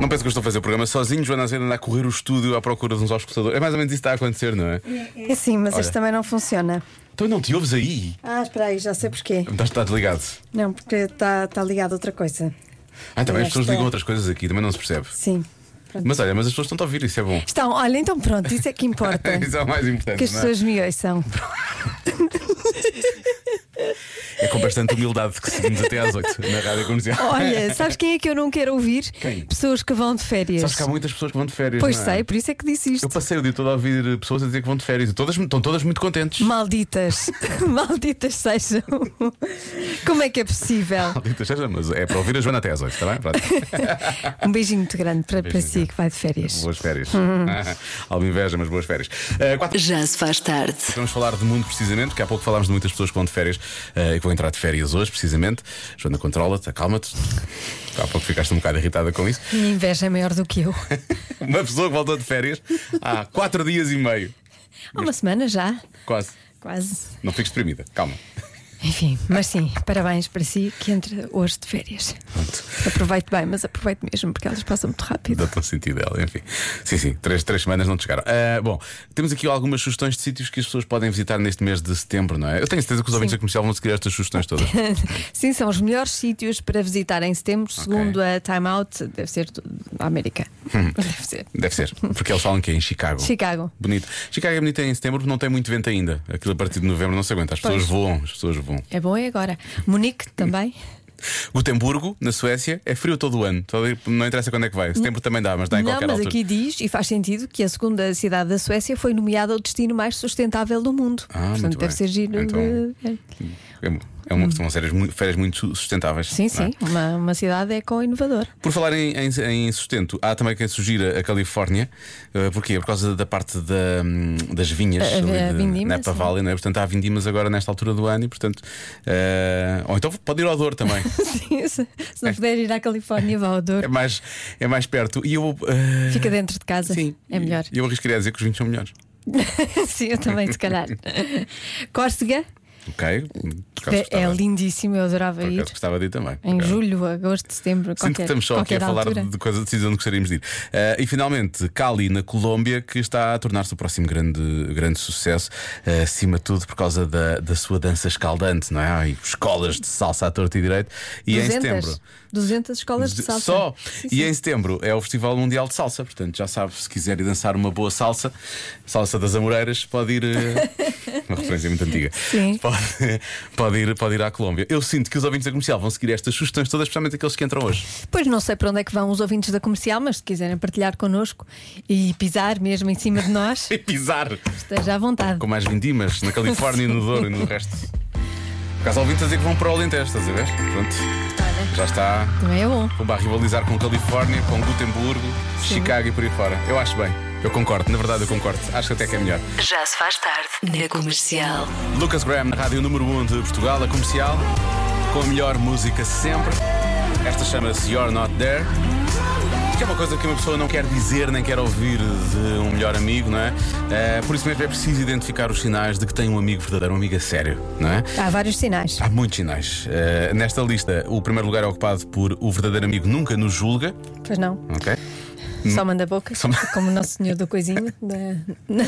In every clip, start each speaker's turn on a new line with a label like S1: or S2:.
S1: Não penso que eu estou a fazer o programa sozinho, Joana Azevedo anda a correr o estúdio à procura de uns auscultadores. É mais ou menos isso que está a acontecer, não é?
S2: É sim, mas
S1: Olha.
S2: este também não funciona.
S1: Então não te ouves aí?
S2: Ah, espera aí, já sei porquê.
S1: Estás está desligado.
S2: Não, porque está tá ligado a outra coisa.
S1: Ah, também as
S2: Esta-
S1: pessoas ligam outras coisas aqui, também não se percebe.
S2: Sim. Pronto.
S1: Mas olha, mas as pessoas estão a ouvir, isso é bom.
S2: Então, olha, então pronto, isso é que importa.
S1: Isso é o mais importante.
S2: que as
S1: não é?
S2: pessoas me ouçam.
S1: É com bastante humildade que seguimos até às 8 na rádio comercial.
S2: Olha, sabes quem é que eu não quero ouvir?
S1: Quem?
S2: Pessoas que vão de férias.
S1: Sabes que há muitas pessoas que vão de férias.
S2: Pois
S1: não é?
S2: sei, por isso é que disse isto.
S1: Eu passei o dia todo a ouvir pessoas a dizer que vão de férias e todas, estão todas muito contentes.
S2: Malditas, malditas sejam. Como é que é possível?
S1: Malditas seja, mas é para ouvir a Joana até às 8, está bem? Pronto.
S2: Um beijinho muito grande para, para
S1: beijinho.
S2: si que vai de férias.
S1: Boas férias. Alguma inveja, mas boas férias. Eh, quatro-
S3: Já se faz tarde.
S1: Vamos falar de mundo precisamente, porque há pouco falámos de muitas pessoas que vão de férias eh, e que vão entrar de férias hoje, precisamente. Joana, controla-te, acalma-te. Há pouco ficaste um bocado irritada com isso.
S2: Minha inveja é maior do que eu.
S1: Uma pessoa que voltou de férias há quatro dias e meio.
S2: Há uma semana já,
S1: Quase.
S2: quase.
S1: Não fiques deprimida, calma.
S2: Enfim, mas sim, parabéns para si que entra hoje de férias. Aproveite bem, mas aproveite mesmo, porque elas passam muito rápido.
S1: Dá todo um sentido dela, enfim. Sim, sim, três, três semanas não te chegaram. Ah, bom, temos aqui algumas sugestões de sítios que as pessoas podem visitar neste mês de setembro, não é? Eu tenho certeza que os ouvintes da comercial vão seguir estas sugestões todas.
S2: Sim, são os melhores sítios para visitar em setembro, segundo a Time Out, deve ser do- da América.
S1: Hum.
S2: Deve ser.
S1: Deve ser, porque eles falam que é em Chicago.
S2: Chicago.
S1: Bonito. Chicago é bonito em setembro, porque não tem muito vento ainda. Aquilo a partir de novembro não se aguenta. As pessoas
S2: Pois.
S1: voam, as pessoas voam.
S2: É bom é agora. Munique também.
S1: Gotemburgo, na Suécia, é frio todo o ano. Todo- Não interessa quando é que vai. Setembro também dá, mas dá Tá em
S2: Não,
S1: qualquer
S2: mas
S1: altura.
S2: aqui diz, e faz sentido, que a segunda cidade da Suécia foi nomeada o destino mais sustentável do mundo.
S1: Ah,
S2: Portanto,
S1: muito
S2: deve
S1: bem.
S2: ser giro.
S1: Então,
S2: eh, eh.
S1: É uma- É uma são férias mu- férias muito sustentáveis. não é?
S2: Sim, sim, uma, uma cidade é com inovador.
S1: Por falar em, em- em sustento, há também quem sugira a Califórnia. eh, porquê? Por causa da parte da, hum, das vinhas
S2: A- a
S1: ali de
S2: vindima,
S1: Napa
S2: sim.
S1: Valley, não é? Portanto, há vindimas agora nesta altura do ano e, portanto. eh, ou então pode ir ao Douro também.
S2: Sim, se se não puder ir à Califórnia, vá ao
S1: é,
S2: Douro.
S1: mais, é mais perto. E eu. eh,
S2: Fica dentro de casa.
S1: Sim.
S2: É melhor.
S1: E eu arriscaria a dizer que os vinhos são melhores.
S2: sim, eu também, se calhar. Córcega
S1: Ok? Por acaso
S2: é,
S1: gostava-
S2: lindíssimo, eu adorava
S1: por
S2: ir.
S1: acaso gostava de ir também.
S2: Em
S1: Ok.
S2: julho, agosto, setembro,
S1: Sinto que
S2: qualquer,
S1: estamos só aqui a
S2: qualquer
S1: falar
S2: altura.
S1: de coisas de sítios onde gostaríamos de ir. Eh, e finalmente, Cali, na Colômbia, que está a tornar-se o próximo grande, grande sucesso, eh, acima de tudo por causa da, da sua dança escaldante, não é? Ai, escolas de salsa à torta e direito. E em
S2: 200,
S1: setembro.
S2: 200 escolas de salsa.
S1: Só!
S2: Sim,
S1: E
S2: sim.
S1: em setembro é o Festival Mundial de Salsa, portanto já sabe, se quiser ir dançar uma boa salsa, salsa das Amoreiras, pode ir. eh, uma referência muito antiga.
S2: Sim.
S1: Pode, pode, ir, pode ir à Colômbia. Eu sinto que os ouvintes da comercial vão seguir estas sugestões todas, especialmente aqueles que entram hoje.
S2: Pois não sei para onde é que vão os ouvintes da comercial, mas se quiserem partilhar connosco e pisar mesmo em cima de nós,
S1: E pisar!
S2: esteja à vontade.
S1: com mais vindimas na Califórnia e no Douro e no resto. Por acaso ouvintes a dizer que vão para o Alentejo, estás a ver? Pronto,
S2: Tá
S1: já está.
S2: Também é bom.
S1: Vamos a rivalizar com Califórnia, com Gutemburgo, Chicago e por aí fora. Eu acho bem. Eu concordo, na verdade eu concordo. Acho que até que é melhor.
S3: Já se faz tarde. Na comercial.
S1: Lucas Graham, na rádio número 1 de Portugal, a comercial, com a melhor música sempre. Esta chama-se You're Not There. Que é uma coisa que uma pessoa não quer dizer nem quer ouvir de um melhor amigo, não é? Eh, por isso mesmo é preciso identificar os sinais de que tem um amigo verdadeiro, um amigo a sério, não é?
S2: Há vários sinais.
S1: Há muitos sinais. Eh, nesta lista, o primeiro lugar é ocupado por o verdadeiro amigo nunca nos julga,
S2: Pois não,
S1: ok?
S2: só manda boca,
S1: Hum. Só-
S2: como o Nosso Senhor do Coisinho, da- na,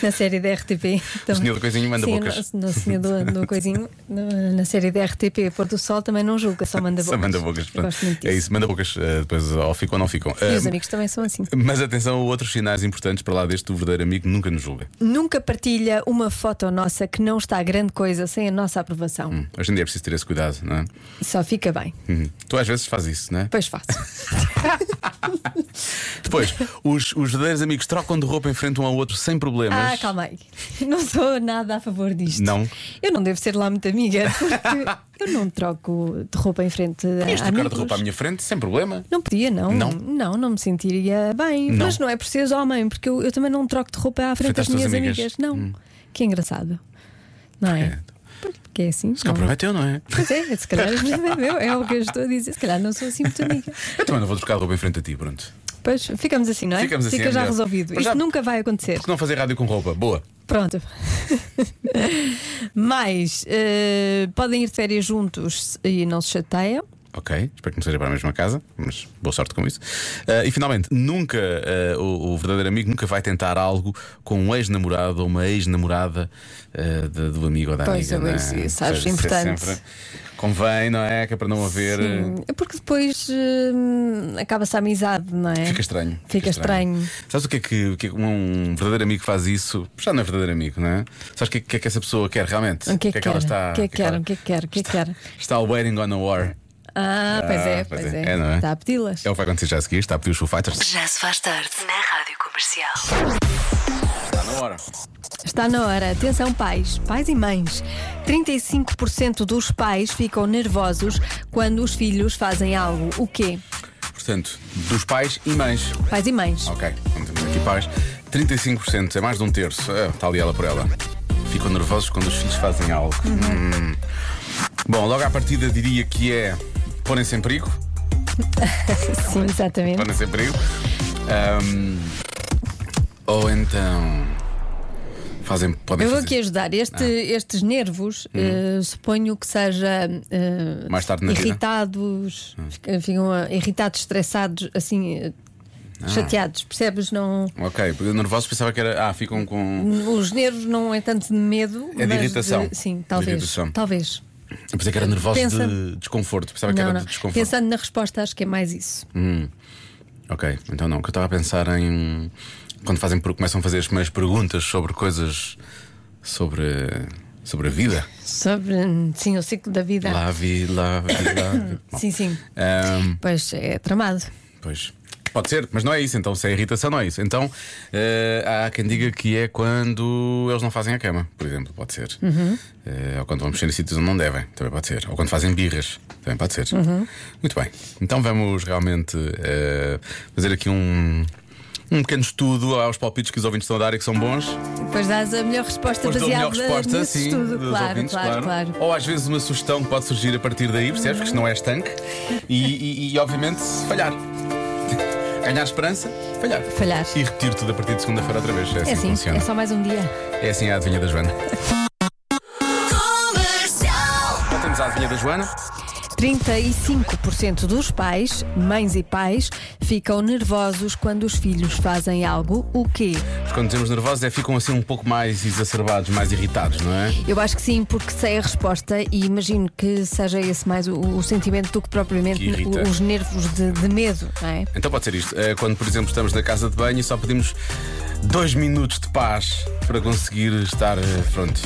S2: na série da RTP. também.
S1: Senhor do Coisinho manda
S2: Sim,
S1: bocas.
S2: o Nosso Senhor do, do Coisinho, na, na série da RTP, Pôr do Sol, também não julga, só manda bocas.
S1: Só manda bocas.
S2: Eu
S1: portanto,
S2: Gosto muito disso.
S1: é isso, manda bocas, eh, depois ou ficam ou não ficam.
S2: E
S1: Eh,
S2: os amigos também são assim.
S1: mas atenção a outros sinais importantes para lá deste o verdadeiro amigo nunca nos julga.
S2: Nunca partilha uma foto nossa que não está grande coisa sem a nossa aprovação.
S1: Hum, Hoje em dia é preciso ter esse cuidado, não é?
S2: E só fica bem.
S1: Hum, Tu às vezes fazes isso, não é?
S2: Pois faço.
S1: Depois, os, os verdadeiros amigos trocam de roupa em frente um ao outro sem problemas.
S2: Ah, calma aí. Não sou nada a favor disto.
S1: Não?
S2: Eu não devo ser lá muito amiga, porque eu não troco de roupa em frente a
S1: Podias trocar de
S2: amigos.
S1: roupa à minha frente sem problema.
S2: Não podia, não.
S1: Não?
S2: não, não me sentiria bem.
S1: Não.
S2: Mas não é por seres homem, porque eu, eu também não troco de roupa à frente
S1: Frente às
S2: das minhas
S1: tuas amigas. Hum.
S2: amigas. Não. Que engraçado. Não é? Porque é assim.
S1: Se calhar o
S2: não.
S1: problema é teu, não é?
S2: Pois é, se calhar o problema é meu, é o que eu estou a dizer. Se calhar não sou assim muito amiga.
S1: Eu também não vou trocar de roupa em frente a ti, pronto.
S2: Pois ficamos assim, não é?
S1: Ficamos assim,
S2: Fica
S1: é
S2: já
S1: melhor.
S2: resolvido.
S1: Mas
S2: Isto
S1: já-
S2: nunca vai acontecer.
S1: Porque não fazer rádio com roupa? Boa.
S2: Pronto. Mais, eh, podem ir de férias juntos e não se chateiam.
S1: Ok, espero que não seja para a mesma casa, mas boa sorte com isso. Ah, e finalmente, nunca ah, o, o verdadeiro amigo nunca vai tentar algo com um ex-namorado ou uma ex-namorada ah, de- do amigo ou da
S2: Pois,
S1: amiga.
S2: é,
S1: não
S2: isso,
S1: Ou
S2: isso acho
S1: seja, isso é
S2: importante.
S1: sempre- Convém, não é? Que é para não haver.
S2: Sim, é porque depois hum, acaba-se a amizade, não é?
S1: eh, Fica estranho.
S2: Fica, estranho.
S1: Sabes o que é que, o que é que um verdadeiro amigo faz isso? Já não é verdadeiro amigo, não é? Sabes o que, é- o que é que essa pessoa quer realmente?
S2: O que é
S1: que
S2: que
S1: ela
S2: quer?
S1: está.
S2: O que é que quer?
S1: ela
S2: O que é que quer? O que é que quer?
S1: Está waiting on a war.
S2: Ah, pois
S1: Ah,
S2: é, pois é.
S1: não é?
S2: Está a pedi-las.
S1: É o que vai acontecer já a seguir, está a pedir os Foo Fighters.
S3: Já se faz tarde na Rádio Comercial.
S1: Está na hora.
S2: Está na hora. Atenção, pais, pais e mães. 35% dos pais ficam nervosos quando os filhos fazem algo. O quê?
S1: Portanto, dos pais e mães.
S2: Pais e mães.
S1: Ok, não temos aqui pais. 35%, é mais de um terço. Ah, Está ali ela por ela. Ficam nervosos quando os filhos fazem algo. Hum. Bom, logo à partida diria que é porem-se em perigo.
S2: Sim, exatamente.
S1: Porem-se em perigo. Ahm, ou então. Fazem, podem
S2: Eu
S1: fazer- Ah.
S2: vou
S1: Hum.
S2: aqui ajudar. Este- Estes nervos, eh, suponho que seja eh,
S1: Mais tarde na vida? Hum.
S2: irritados, fica- ficam ah, irritados, estressados, assim, eh,
S1: Ah.
S2: chateados. Percebes? Não,
S1: Ok, porque nervosos pensava que era. Ah, ficam com.
S2: os nervos não é tanto de medo,
S1: É de
S2: mas
S1: irritação.
S2: sim,
S1: De
S2: talvez.
S1: irritação.
S2: Talvez.
S1: Eu pensei que era nervosos
S2: Pensa-
S1: de desconforto. Pensava que
S2: Não,
S1: era
S2: não.
S1: de desconforto.
S2: Pensando na resposta, acho que é mais isso.
S1: Ok, então não, que eu estava a pensar em quando fazem, começam a fazer as primeiras perguntas sobre coisas sobre, sobre a vida.
S2: Sobre, sim, o ciclo da vida.
S1: Lá vi, lá vi, lá vi. Bom,
S2: Sim, sim.
S1: ahm,
S2: Pois é tramado.
S1: pois pode ser, mas não é isso, então se é irritação, não é isso. Então eh, há quem diga que é quando eles não fazem a cama, por exemplo, pode ser. Eh, ou quando vão mexer em sítios onde não devem, também pode ser. Ou quando fazem birras, também pode ser. Muito bem, então vamos realmente eh, fazer aqui um. Um pequeno estudo aos palpites que os ouvintes estão a dar e que são bons.
S2: Depois dás a melhor resposta
S1: Depois dou a
S2: baseada
S1: melhor resposta,
S2: nesse
S1: sim,
S2: estudo.
S1: dos
S2: claro,
S1: ouvintes,
S2: claro, claro,
S1: Ou às vezes uma sugestão que pode surgir a partir daí, percebes? Que isto não é estanque. E, e- e, obviamente se falhar. Ganhar esperança, falhar.
S2: Falhar.
S1: E repetir tudo a partir de segunda-feira outra vez. É assim
S2: É
S1: que
S2: sim,
S1: funciona.
S2: é só mais um dia.
S1: É assim a adivinha da Joana. Já temos a adivinha da Joana.
S2: 35% dos pais, mães e pais, ficam nervosos quando os filhos fazem algo. O quê?
S1: Mas Quando dizemos nervosos, é ficam assim um pouco mais exacerbados, mais irritados, não é?
S2: Eu acho que sim, porque sei a resposta e imagino que seja esse mais o, o sentimento do que propriamente
S1: Que irrita.
S2: os nervos de, de medo, não é?
S1: Então pode ser isto. Eh, Quando, por exemplo, estamos na casa de banho e só pedimos dois minutos de paz para conseguir estar eh, pronto,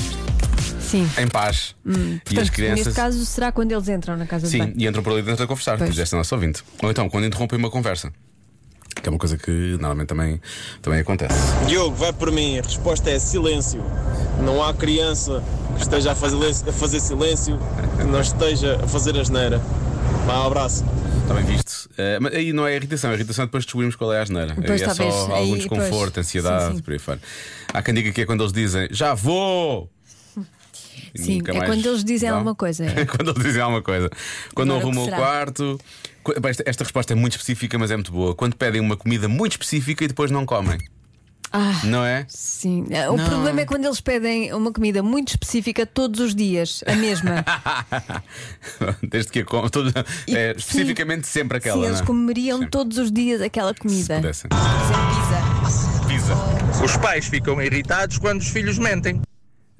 S2: Sim.
S1: em paz. e as
S2: Portanto,
S1: crianças.
S2: Neste caso, será quando eles entram na casa de
S1: Sim,
S2: banho?
S1: e entram por ali dentro a conversar, como
S2: Pois.
S1: disseste a nossa ouvinte. Ou então, quando interrompem uma conversa. Que é uma coisa que normalmente também, também acontece.
S4: Diogo, vai por mim. A resposta é silêncio. Não há criança que esteja a fazer, a fazer silêncio, que não esteja a fazer asneira. Vá, um abraço.
S1: Está bem visto. Eh, mas aí não é irritação, é irritação depois descobrimos qual é a asneira.
S2: Pois,
S1: aí é
S2: talvez,
S1: só
S2: aí,
S1: algum
S2: pois.
S1: desconforto, ansiedade,
S2: Sim, sim.
S1: por aí fora. Há quem diga que é quando eles dizem já vou! E
S2: Sim,
S1: nunca
S2: é
S1: mais
S2: quando eles dizem
S1: vão.
S2: alguma coisa. é.
S1: quando eles dizem alguma coisa. Quando
S2: Agora, o que
S1: arrumam o
S2: será?
S1: quarto. Qu- Bem, Esta, esta resposta é muito específica, mas é muito boa. Quando pedem uma comida muito específica e depois não comem,
S2: Ah,
S1: não é?
S2: sim. O
S1: Não.
S2: problema é quando eles pedem uma comida muito específica todos os dias, a mesma.
S1: Desde que a com... todo-
S2: E-
S1: é,
S2: sim.
S1: especificamente sempre aquela.
S2: Sim, eles
S1: não é?
S2: comeriam
S1: Sempre.
S2: todos os dias aquela
S1: Se
S2: comida.
S1: pudessem.
S2: Por exemplo, pizza.
S1: Pizza.
S5: Os pais ficam irritados quando os filhos mentem.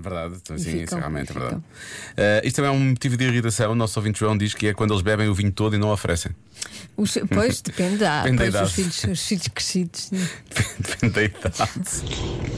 S1: Verdade, então,
S2: E
S1: sim,
S2: ficam,
S1: isso realmente é
S2: e
S1: verdade.
S2: ficam.
S1: Eh, isto também é um motivo de irritação. O nosso ouvinte João diz que é quando eles bebem o vinho todo e não oferecem.
S2: Os, pois, depende. Há
S1: Depende da
S2: pois,
S1: idade.
S2: os, filhos, os filhos crescidos. sim.
S1: Depende da idade.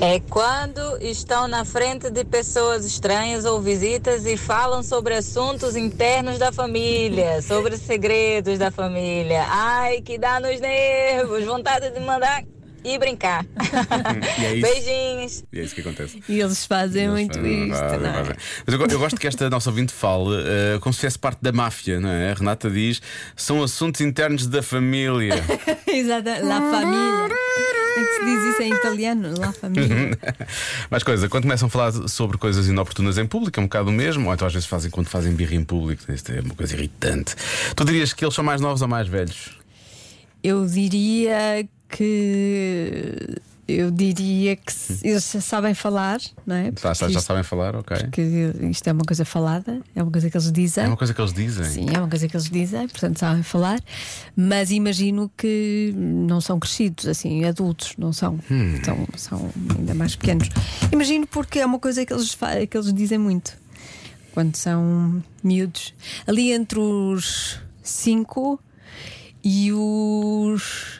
S6: É quando estão na frente de pessoas estranhas ou visitas e falam sobre assuntos internos da família, sobre segredos da família. Ai, que dá nos nervos, vontade de mandar e brincar.
S1: E é isso.
S6: Beijinhos.
S1: E é isso que acontece.
S2: E eles fazem
S1: Eles
S2: É muito
S1: fazem-
S2: isto.
S1: fazem,
S2: não é?
S1: fazem. Mas eu, go- eu gosto que esta nossa ouvinte fale eh, como se fizesse parte da máfia, não é? A Renata diz: são assuntos internos da família.
S2: Exato. La família. É que se diz isso em italiano. La família.
S1: Mais coisa, quando começam a falar sobre coisas inoportunas em público, é um bocado o mesmo, ou então às vezes fazem quando fazem birra em público, isto é uma coisa irritante. Tu dirias que eles são mais novos ou mais velhos?
S2: Eu diria que. Eu diria que se- eles já sabem falar, não é?
S1: Hum. Já, já-
S2: Porque
S1: Tá, já
S2: isto-
S1: sabem falar, ok.
S2: Porque isto é uma coisa falada, é uma coisa que eles dizem.
S1: É uma coisa que eles dizem.
S2: Sim, é uma coisa que eles dizem, portanto sabem falar, mas imagino que não são crescidos, assim, adultos, não são.
S1: Hum.
S2: São, são ainda mais pequenos. Imagino porque é uma coisa que eles, fa- que eles dizem muito quando são miúdos. Ali entre os 5 e os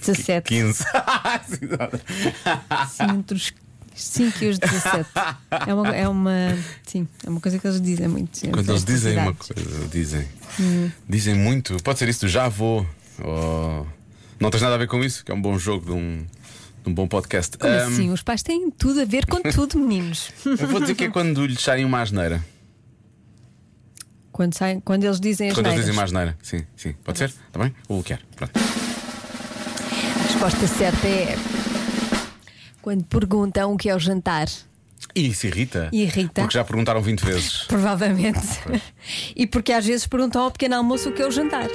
S2: 17.
S1: 15. Sim, exato.
S2: Sim, entre os 5 e os 17. É uma, é uma. Sim, é uma coisa que eles dizem muito.
S1: Quando
S2: entre
S1: eles
S2: estas
S1: dizem uma
S2: idades.
S1: coisa, dizem.
S2: Hum.
S1: Dizem muito. Pode ser isso do já vou. ou- Não tens nada a ver com isso, que é um bom jogo de um, de um bom podcast.
S2: Como
S1: Ahm,
S2: assim? Os pais têm tudo a ver com tudo, meninos.
S1: eu vou dizer que é quando lhe saem uma asneira.
S2: Quando, saem, quando eles dizem as
S1: Quando eles
S2: neiras.
S1: dizem uma asneira. Sim, sim. Pode ser? Está bem? Vou bloquear. Pronto.
S2: A resposta certa é. Quando perguntam o que é o jantar.
S1: E isso irrita.
S2: Irrita.
S1: Porque já perguntaram 20 vezes.
S2: Provavelmente. E porque às vezes perguntam ao pequeno almoço o que é o jantar.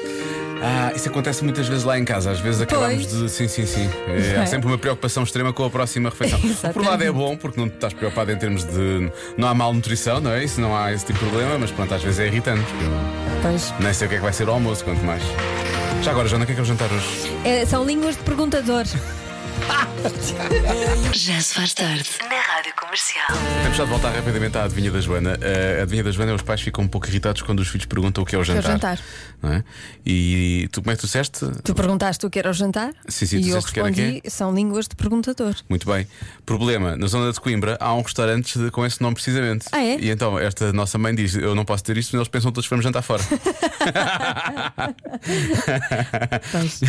S1: Ah, isso acontece muitas vezes lá em casa. Às vezes acabamos de. Sim, sim, sim. É,
S2: Não é?
S1: Há sempre uma preocupação extrema com a próxima refeição.
S2: Exatamente.
S1: Por um lado é bom, porque não estás preocupado em termos de. Não há malnutrição, não é? Isso não há esse tipo de problema, mas pronto, às vezes é irritante. Eu
S2: Pois.
S1: nem sei o que é que vai ser o almoço, quanto mais. Já agora, Joana, o que é que é o jantar hoje?
S2: É, são línguas de perguntador.
S3: Já se faz tarde na Rádio Comercial.
S1: Temos já de voltar rapidamente à adivinha da Joana. Ah, a adivinha da Joana é os pais ficam um pouco irritados quando os filhos perguntam o que é o
S2: é o
S1: jantar.
S2: jantar.
S1: Não é? E tu, como é que tu disseste?
S2: Tu perguntaste o que era o jantar?
S1: Sim, sim, tu
S2: e eu
S1: disseste que era
S2: respondi, são línguas de perguntador.
S1: Muito bem. Problema, na zona de Coimbra há um restaurante de- com esse nome precisamente.
S2: Ah, é?
S1: E então esta nossa mãe diz: Eu não posso ter isto, mas eles pensam todos que vamos jantar fora.
S2: Pois.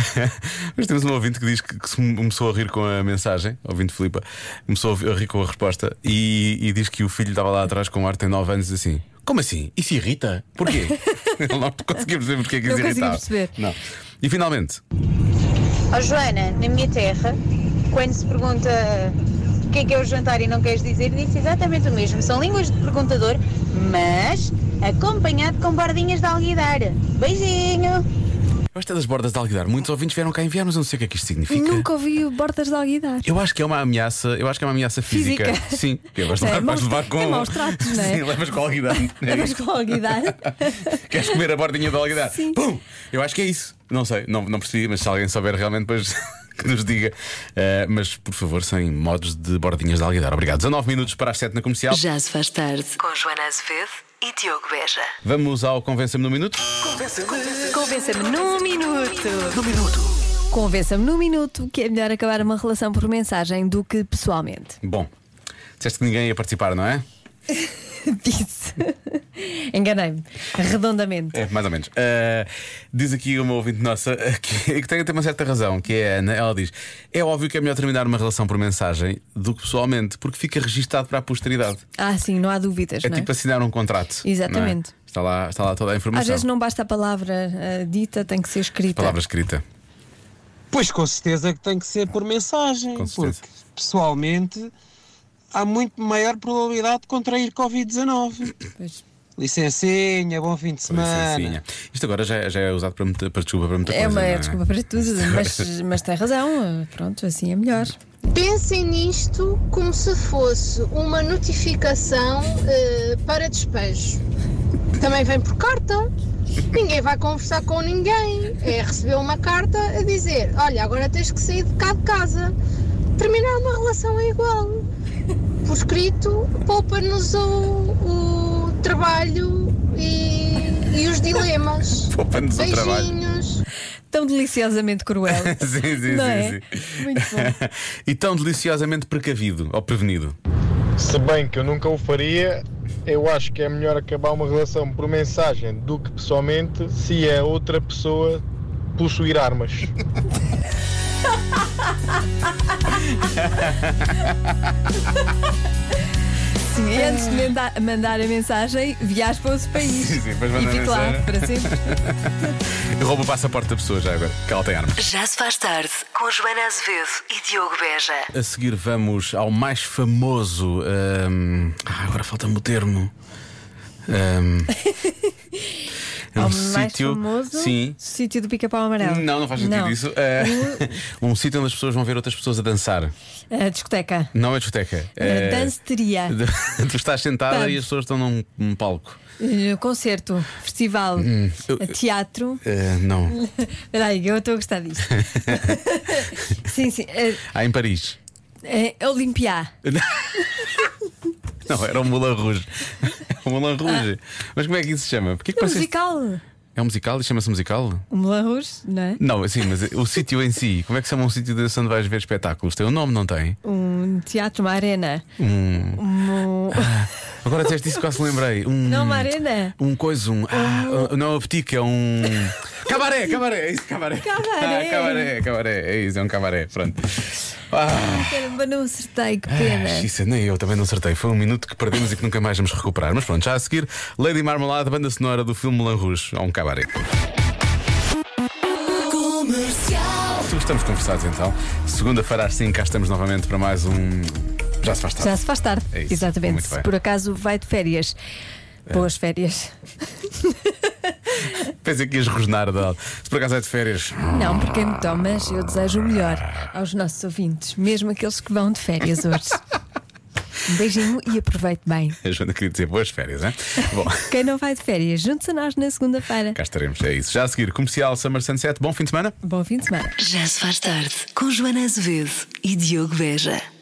S1: mas temos um ouvinte que diz que, que se começou a rir com a mensagem, ouvinte Filipa, começou a rir com a resposta e, e diz que o filho estava lá atrás com um ar tem 9 anos e diz assim. Como assim? Isso irrita? Porquê? não conseguimos perceber porque é que
S2: Não
S1: isso irritava.
S2: conseguimos perceber.
S1: Não. E finalmente,
S7: Ó Joana, na minha terra, quando se pergunta o que é que é o jantar e não queres dizer, disse exatamente o mesmo. São línguas de perguntador, mas acompanhado com bordinhas de alguidar. Beijinho!
S1: esta é das bordas de alguidar, muitos ouvintes vieram cá enviar-nos, eu não sei o que é que isto significa.
S2: Nunca ouvi o bordas de alguidar.
S1: Eu acho que é uma ameaça, eu acho que é uma ameaça física.
S2: Física.
S1: Sim, porque vais
S2: É,
S1: levar, vais
S2: maus-
S1: levar com.
S2: é maus tratos, não é?
S1: Sim, levas com alguidar. É
S2: Levas
S1: isso.
S2: com alguidar?
S1: Queres comer a bordinha de alguidar?
S2: Sim.
S1: Pum! Eu acho que é isso. Não sei, não, não percebi, mas se alguém souber realmente, depois que nos diga. Eh, mas por favor, sem modos de bordinhas de alguidar. Obrigado. 19 minutos para as 7 na comercial.
S3: Já se faz tarde com Joana Azevedo e Diogo Beja.
S1: Vamos ao Convença-me no Minuto.
S2: Convença-me num minuto. Num minuto. Convença-me num minuto que é melhor acabar uma relação por mensagem do que pessoalmente.
S1: Bom, disseste que ninguém ia participar, não é?
S2: Disse. Enganei-me. Redondamente.
S1: É, mais ou menos. Ah, diz aqui uma ouvinte nossa ah, que, que tem até uma certa razão, que é a Ana. Ela diz: É óbvio que é melhor terminar uma relação por mensagem do que pessoalmente, porque fica registado para a posteridade.
S2: Ah, sim, não há dúvidas,
S1: É,
S2: não é?
S1: tipo assinar um contrato.
S2: Exatamente.
S1: não é? Está, lá, está lá toda a informação.
S2: Às vezes não basta a palavra eh, dita, tem que ser escrita.
S1: Palavra escrita.
S8: Pois com certeza que tem que ser por mensagem,
S2: Um
S1: Com certeza.
S8: porque pessoalmente há muito maior probabilidade de contrair Covid-19.
S2: Pois.
S8: Licencinha, bom fim de semana.
S1: Licencinha. Isto agora já, já é usado para, muita, para desculpa para muita
S2: É
S1: coisa.
S2: uma
S1: não
S2: é desculpa para tudo, mas, mas tem razão. eh, Pronto, assim é melhor.
S9: Pensem nisto como se fosse uma notificação eh, para despejo. Também vem por carta. Ninguém vai conversar com ninguém. É receber uma carta a dizer: Olha, agora tens que sair de cá de casa. Terminar uma relação é igual. Por escrito, poupa-nos o, o trabalho e, e os dilemas.
S1: Poupa-nos o trabalho.
S9: Beijinhos.
S2: Tão deliciosamente cruel.
S1: Sim, sim,
S2: não
S1: sim,
S2: é?
S1: sim.
S2: Muito bom.
S1: e tão deliciosamente precavido ou prevenido.
S10: Se bem que eu nunca o faria, eu acho que é melhor acabar uma relação por mensagem do que pessoalmente se a outra pessoa possuir armas.
S2: Sim, e antes de menda- mandar a mensagem, viaje para outro país.
S1: Sim, sim, depois
S2: e
S1: manda a
S2: fique lá
S1: mensagem.
S2: para sempre.
S1: Rouba o passaporte da pessoa já agora, que ela tem armas.
S3: Já se faz tarde com Joana Azevedo e Diogo Beja.
S1: A seguir ehm, vamos ao mais famoso. hum, ah, agora falta-me o termo. Ahm, é um
S2: Ao mais
S1: sítio.
S2: famoso,
S1: Sim.
S2: sítio do pica-pau amarelo.
S1: Não, não faz sentido
S2: Não.
S1: isso. É, um sítio onde as pessoas vão ver outras pessoas a dançar.
S2: A discoteca.
S1: Não é discoteca.
S2: É...
S1: É,
S2: Danceteria.
S1: tu estás sentada
S2: Pub.
S1: e as pessoas estão num, num palco.
S2: Eh, Concerto, festival, Eh,
S1: Hum, eu-
S2: teatro.
S1: É, não.
S2: Espera aí, eu estou a gostar disto. sim, sim. eh,
S1: Ah, em Paris.
S2: eh, Olimpiá.
S1: Não, era o Moulin Rouge. o Moulin Rouge. Mas como é que isso se chama? Porquê que
S2: Ah. É
S1: vocês-
S2: musical.
S1: É um musical e chama-se musical?
S2: O Moulin Rouge, não é?
S1: Não, assim, mas o sítio em si, como é que se chama um sítio desse onde vais ver espetáculos? Tem um nome, não tem? Hum.
S2: Um teatro, uma arena.
S1: Um.
S2: Um-
S1: Agora disseste isso quase lembrei. Um...
S2: Não, Oh. uma arena.
S1: Um coisa, um. Ah, não é uma petica, é um. Cabaré, cabaré, é isso, cabaré.
S2: Cabaré.
S1: Ah, cabaré, cabaré, é isso, é um cabaré, pronto. Ah,
S2: Caramba, não acertei, que
S1: ah,
S2: pena.
S1: isso, nem eu também não acertei. Foi um minuto que perdemos e que nunca mais vamos recuperar. Mas pronto, já a seguir, Lady Marmalade, banda sonora do filme Moulin Rouge, a um cabaré. Estamos conversados então. Segunda-feira às 5 cá estamos novamente para mais um. Já se faz tarde.
S2: Já se faz tarde.
S1: É isso,
S2: Exatamente.
S1: muito
S2: Se
S1: bem. É.
S2: por acaso vai de férias. Boas férias.
S1: Pensei que ias rosnar, Adal. Se por acaso é de férias.
S2: Não, porque é me tomas, eu desejo o melhor aos nossos ouvintes, mesmo aqueles que vão de férias hoje. Um beijinho e aproveite bem.
S1: A Joana queria dizer boas férias, hein? Bom,
S2: Quem não vai de férias, junte-se a nós na segunda-feira.
S1: cá estaremos, é isso. Já a seguir, comercial Summer Sunset, bom fim de semana.
S2: Bom fim de semana.
S3: Já se faz tarde com Joana Azevedo e Diogo Beja.